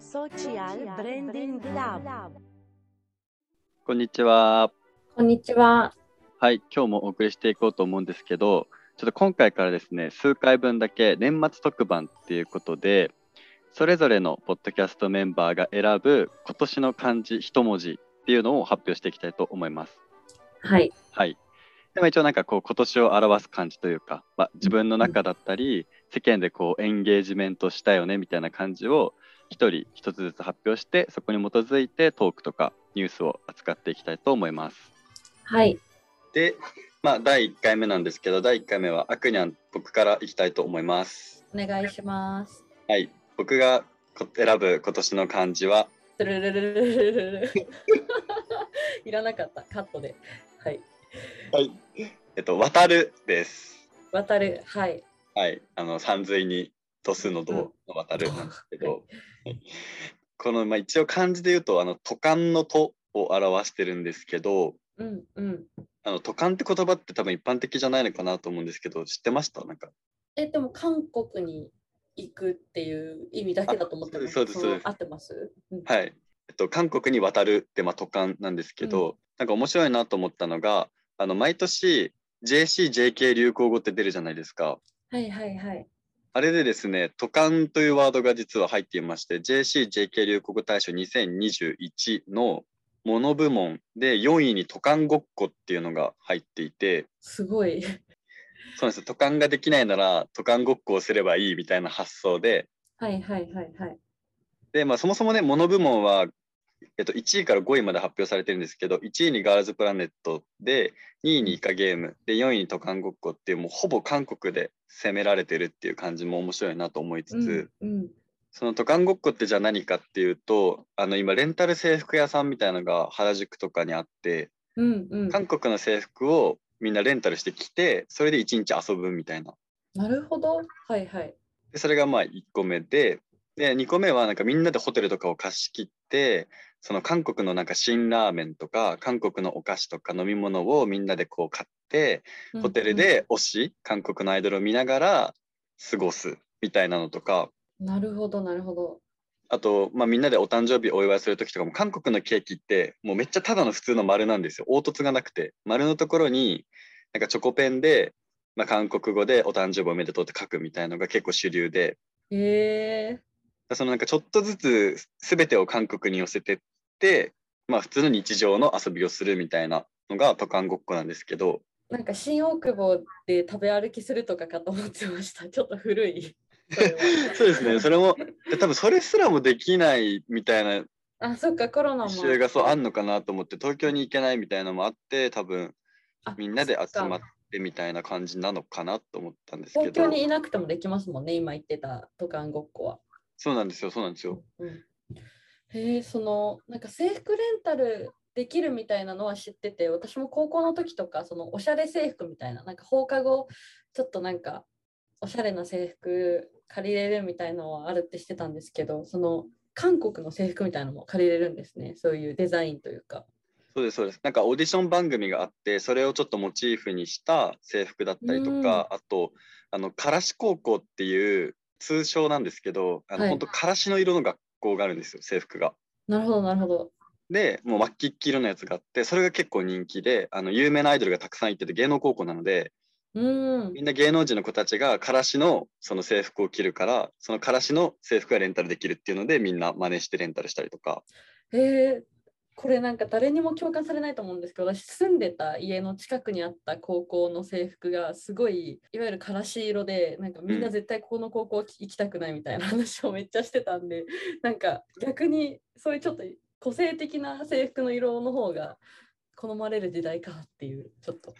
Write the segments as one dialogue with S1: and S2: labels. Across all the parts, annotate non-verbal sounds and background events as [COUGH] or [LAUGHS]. S1: Social Branding Lab
S2: こんにちは。
S3: こんにちは。
S2: はい、今日もお送りしていこうと思うんですけど、ちょっと今回からですね、数回分だけ年末特番っていうことで、それぞれのポッドキャストメンバーが選ぶ今年の漢字一文字っていうのを発表していきたいと思います。
S3: はい。
S2: はい。でも一応なんかこう今年を表す感じというか、まあ、自分の中だったり、世間でこうエンゲージメントしたよねみたいな感じを一人一つずつ発表して、そこに基づいてトークとかニュースを扱っていきたいと思います。
S3: はい。
S2: で、まあ第1回目なんですけど、第1回目はあくにゃん僕からいきたいと思います。
S3: お願いします。
S2: はい。僕がこ選ぶ今年の漢字は、
S3: ルルルルルルルルいらなかった。カットで。はい。
S2: はい。えっと、渡るです。
S3: 渡る。はい。
S2: はい、あの山水に度数の度の渡るなんですけど、はいこの、まあ、一応漢字で言うとあの都間の都を表してるんですけど
S3: うんうん。
S2: あの都間って言葉って多分一般的じゃないのかなと思うんですけど知ってましたなんか
S3: え、でも韓国に行くっていう意味だけだと思ってます。
S2: あそうですそうです
S3: 合ってます、うん
S2: はい、えっと、韓国に渡るって、まあ、都間なんですけど、なんか面白いなと思ったのがあの毎年 JCJK 流行語って出るじゃないですか。
S3: はいはいはい。
S2: あれでですね、都間というワードが実は入っていまして、JCJK 流行語大賞2021のモノ部門で4位に都間ごっこっていうのが入っていて、
S3: すごい。
S2: そうなんですよ都間ができないなら都間ごっこをすればいいみたいな発想で、
S3: はいはいはいはい。
S2: で、まあ、そもそもね、モノ部門は、えっと、1位から5位まで発表されてるんですけど、1位にガールズプラネットで、2位にイカゲーム、で、4位に都間ごっこっていう、もうほぼ韓国で攻められてるっていう感じも面白いなと思いつつ、
S3: うん、うん。
S2: その渡韓ごっこってじゃあ何かっていうとあの今レンタル制服屋さんみたいのが原宿とかにあって
S3: うんうん。
S2: 韓国の制服をみんなレンタルしてきてそれで一日遊ぶみたいな
S3: なるほど。はいはい。
S2: でそれがまあ1個目でで2個目はなんかみんなでホテルとかを貸し切ってその韓国のなんか辛ラーメンとか韓国のお菓子とか飲み物をみんなでこう買ってホテルで推し韓国のアイドルを見ながら過ごすみたいなのとか
S3: うんうん。なるほどなるほど。
S2: あと、まあ、みんなでお誕生日お祝いする時とかも韓国のケーキってもうめっちゃただの普通の丸なんですよ凹凸がなくて丸のところになんかチョコペンで、まあ、韓国語で「お誕生日おめでとう」って書くみたいのが結構主流で
S3: ええ
S2: そのなんかちょっとずつ全てを韓国に寄せてって、まあ、普通の日常の遊びをするみたいなのが都韓ごっこなんですけど
S3: なんか新大久保で食べ歩きするとかかと思ってました。 [LAUGHS] ちょっと古
S2: [LAUGHS]
S3: い。それは
S2: そうですねそれもで多分それすらもできないみたいな
S3: あ、そっか、コロナも。
S2: 一周がそうあんのかなと思って東京に行けないみたいなのもあって多分
S3: あ
S2: みんなで集まっ
S3: そっか
S2: てみたいな感じなのかなと思ったんですけ
S3: 東京
S2: ど
S3: にいなくてもできますもんね、今言ってた都間ごっこは。
S2: そうなんですよそうなんですよ
S3: うんへえ、その、なんか制服レンタルできるみたいなのは知ってて、私も高校の時とか、そのおしゃれ制服みたいな、なんか放課後、ちょっとなんか、おしゃれな制服借りれるみたいのはあるってしてたんですけど、その、韓国の制服みたいなのも借りれるんですね、そういうデザインというか。
S2: そうですそうですなんかオーディション番組があってそれをちょっとモチーフにした制服だったりとかあとあのからし高校っていう通称なんですけどあの、
S3: はい
S2: 本当からしの色の学校があるんですよ制服が。
S3: なるほど、なるほど。
S2: でもう真っ黄っ黄色のやつがあってそれが結構人気であの有名なアイドルがたくさんいてて芸能高校なので
S3: うん
S2: み。んな芸能人の子たちがからしのその制服を着るからそのからしの制服がレンタルできるっていうのでみんな真似してレンタルしたりとか
S3: へえこれなんか誰にも共感されないと思うんですけど私住んでた家の近くにあった高校の制服がすごいいわゆるからし色でなんかみんな絶対ここの高校行きたくないみたいな話をめっちゃしてたんで [LAUGHS] なんか逆にそういうちょっと個性的な制服の色の方が好まれる時代かっていうちょっと
S2: だか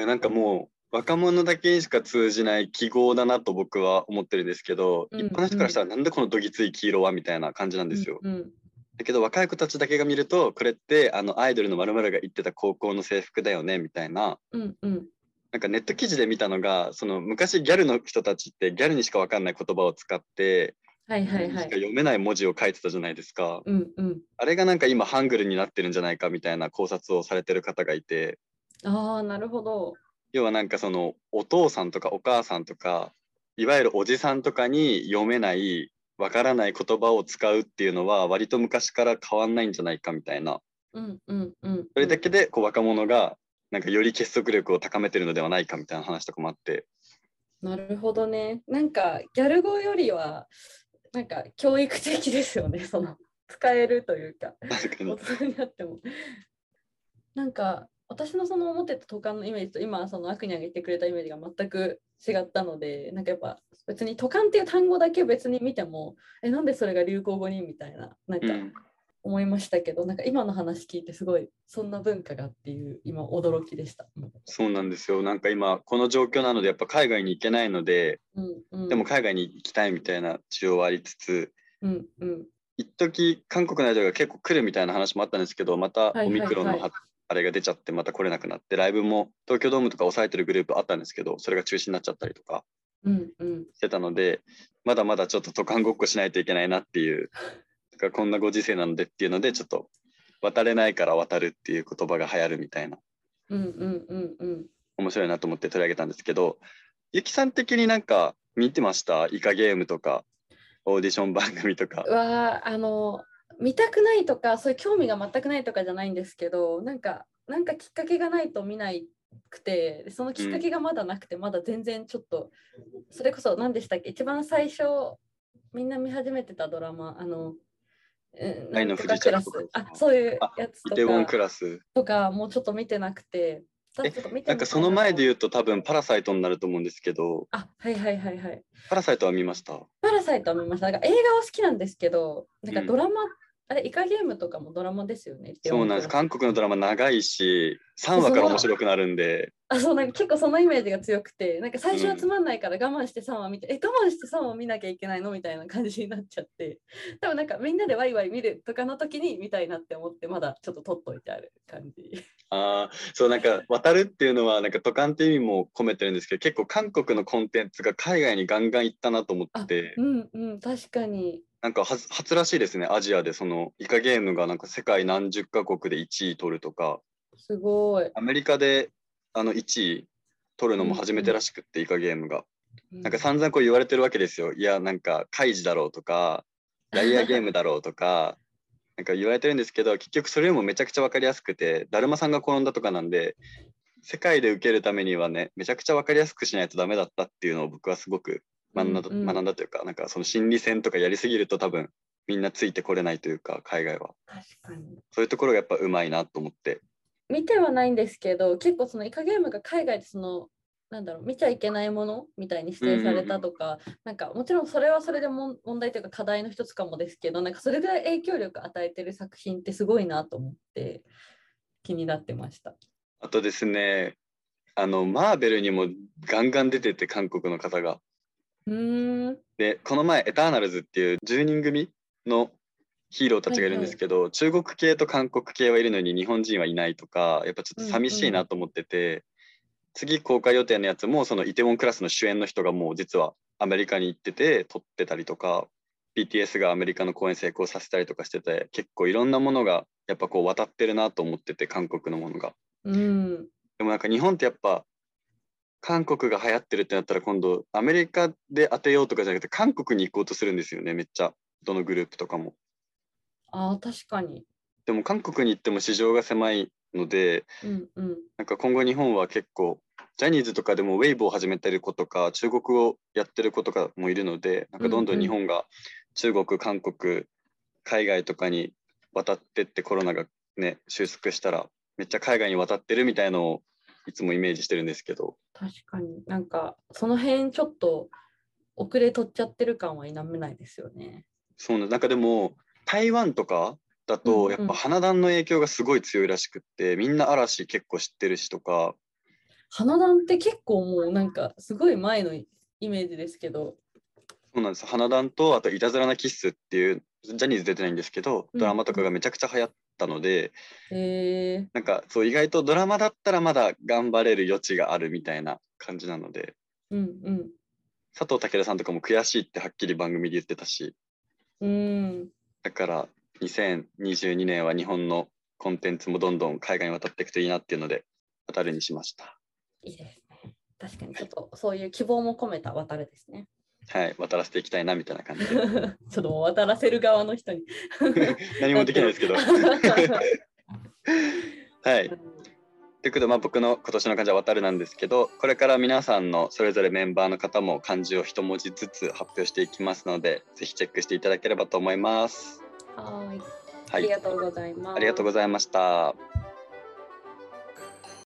S2: らなんかもう若者だけにしか通じない記号だなと僕は思ってるんですけど、
S3: うん
S2: 一般の人からしたらなんでこのどぎつい黄色はみたいな感じなんですよ、
S3: うんうん
S2: だけど若い子たちだけが見るとこれってあのアイドルの〇〇が行ってた高校の制服だよねみたいな
S3: うんうん
S2: なんかネット記事で見たのがその昔ギャルの人たちってギャルにしか分かんない言葉を使って、
S3: はい
S2: ギャ
S3: は
S2: ル
S3: い
S2: にし
S3: は
S2: か
S3: い
S2: 読めない文字を書いてたじゃないですか。
S3: うんうん
S2: あれがなんか今ハングルになってるんじゃないかみたいな考察をされてる方がいて
S3: ああなるほど
S2: 要はなんかそのお父さんとかお母さんとかいわゆるおじさんとかに読めないわからない言葉を使うっていうのは割と昔から変わんないんじゃないかみたいな
S3: うんうんうん。
S2: それだけでこう若者がなんかより結束力を高めてるのではないかみたいな話とかもあって
S3: なるほどね。なんかギャル語よりはなんか教育的ですよね。その使えるというか。
S2: 確か
S3: 大
S2: に
S3: 人になっても。なんか私のその思ってた都感のイメージと今そのアクニャが言ってくれたイメージが全く違ったのでなんかやっぱ別に都感っていう単語だけ別に見てもえなんでそれが流行語にみたいななんか
S2: うん
S3: 思いましたけど、なんか今の話聞いてすごいそんな文化がっていう今驚きでした。
S2: そうなんですよなんか今この状況なのでやっぱ海外に行けないので
S3: うんうん、
S2: でも海外に行きたいみたいな需要はありつつ
S3: うんうん
S2: 一時韓国の間が結構来るみたいな話もあったんですけどまた
S3: いはいはい
S2: オミクロンのはあれが出ちゃってまた来れなくなってライブも東京ドームとか抑えてるグループあったんですけどそれが中止になっちゃったりとか
S3: うんうん
S2: してたのでまだまだちょっと渡韓ごっこしないといけないなっていうだからこんなご時世なのでっていうのでちょっと渡れないから渡るっていう言葉が流行るみたいな
S3: うんうんうんうん
S2: 面白いなと思って取り上げたんですけどゆきさん的になんか見てましたイカゲームとかオーディション番組とか。
S3: はあの見たくないとかそういう興味が全くないとかじゃないんですけどなんかなんかきっかけがないと見ないくてそのきっかけがまだなくて、まだ全然ちょっとそれこそ何でしたっけ一番最初みんな見始めてたドラマあのうん
S2: 愛
S3: な
S2: の
S3: んと
S2: 不
S3: か
S2: 時
S3: ク
S2: 着
S3: ラス
S2: とか
S3: あそういう
S2: あ
S3: やつ
S2: イテウォン
S3: と
S2: ク
S3: か
S2: ラス
S3: とかもうちょっと見てなくてただちょっと見て
S2: なんかその前で言
S3: う
S2: うと多分パラサイトになると思うんですけど
S3: あはいはいはいはい
S2: パラサイトは見ました
S3: パラサイトは見ました。なんか映画は好きなんですけど、なんか
S2: うん
S3: ドラマ、あれ、イカゲームとかもドラマですよね。
S2: そうなんです
S3: か。
S2: 韓国のドラマ長いし3話から面白くなるんで
S3: あ、そう、なんか結構そのイメージが強くて、なんか最初はつまんないから我慢して3話見て、え、我慢して3話見なきゃいけないのみたいな感じになっちゃって、多分なんかみんなでワイワイ見るとかの時に見たいなって思って、まだちょっと取っといてある感
S2: [LAUGHS]
S3: じ。
S2: ああそうなんか渡るっていうのはなんか土管って意味も込めてるんですけど結構韓国のコンテンツが海外にガンガン行ったなと思って
S3: うんうん、確かに。
S2: なんかはず初らしいですねアジアでそのイカゲームがなんか世界何十カ国で1位取るとか
S3: すごい。
S2: アメリカであの1位取るのも初めてらしくって、イカゲームがなんか散々こう言われてるわけですよ。いや、なんか、カイジだろうとか、ライアーゲームだろうとか、なんか言われてるんですけど、結局それよりもめちゃくちゃ分かりやすくて、だるまさんが転んだとかなんで、世界で受けるためにはね、めちゃくちゃ分かりやすくしないとダメだったっていうのを僕はすごく学んだ,、
S3: うんうん
S2: 学んだというか、なんかその心理戦とかやりすぎると多分、みんなついてこれないというか、海外は。
S3: 確かに。
S2: そういうところがやっぱうまいなと思って。
S3: 見てはないんですけど結構そのイカゲームが海外でそのなんだろう見ちゃいけないものみたいに指定されたとか、なんかもちろんそれはそれでもん問題というか課題の一つかもですけどなんかそれぐらい影響力与えてる作品ってすごいなと思って気になってました。
S2: あとですね、あの、マーベルにもガンガン出てて、韓国の方が。
S3: うーん
S2: でこの前エターナルズっていう10人組のヒーローたちがいるんですけど、中国系と韓国系はいるのに日本人はいないとかやっぱちょっと寂しいなと思ってて、次公開予定のやつもそのイテウォンクラスの主演の人がもう実はアメリカに行ってて撮ってたりとか BTS がアメリカの公演成功させたりとかしてて結構いろんなものがやっぱこう渡ってるなと思ってて韓国のものが。
S3: うん
S2: でもなんか日本ってやっぱ韓国が流行ってるってなったら今度アメリカで当てようとかじゃなくて韓国に行こうとするんですよねめっちゃどのグループとかも。
S3: あー確かに。
S2: でも韓国に行っても市場が狭いので
S3: うんうん
S2: なんか今後日本は結構ジャニーズとかでもウェイブを始めてる子とか中国をやってる子とかもいるのでなんかどんど
S3: うんんうん
S2: 日本が中国韓国海外とかに渡ってってコロナがね収束したらめっちゃ海外に渡ってるみたいのをいつもイメージしてるんですけど。
S3: 確かになんかその辺ちょっと遅れ取っちゃってる感は否めないですよね。
S2: そうなんなんかでも台湾とかだ
S3: うんう
S2: と
S3: ん
S2: やっぱ花壇の影響がすごい強いらしくって、みんな嵐結構知ってるしとか
S3: 花壇って結構もうなんかすごい前のイメージですけど
S2: そうなんです花壇とあと「いたずらなキッス」っていうジャニーズ出てないんですけど
S3: うん
S2: ドラマとかがめちゃくちゃ流行ったので、
S3: へえ
S2: なんかそう意外とドラマだったらまだ頑張れる余地があるみたいな感じなので
S3: うんうん。
S2: 佐藤健さんとかも悔しいってはっきり番組で言ってたし
S3: うん、
S2: だから2022年は日本のコンテンツもどんどん海外に渡っていくといいなっていうので当たるにしました。
S3: いいですね。確かにちょっとそういう希望も込めた渡るですね。
S2: はい、渡らせていきたいなみたいな感
S3: [LAUGHS]
S2: じ
S3: ち
S2: で。
S3: ょっともう渡らせる側の人に。
S2: 何もできない
S3: [LAUGHS]
S2: ですけど。はい。ということで、まあ、僕の今年の漢字は渡るなんですけど、これから皆さんのそれぞれメンバーの方も漢字を一文字ずつ発表していきますので、ぜひチェックしていただければと思います。
S3: はい、
S2: は
S3: あり
S2: い
S3: が。とうございます。
S2: ありがとうございました。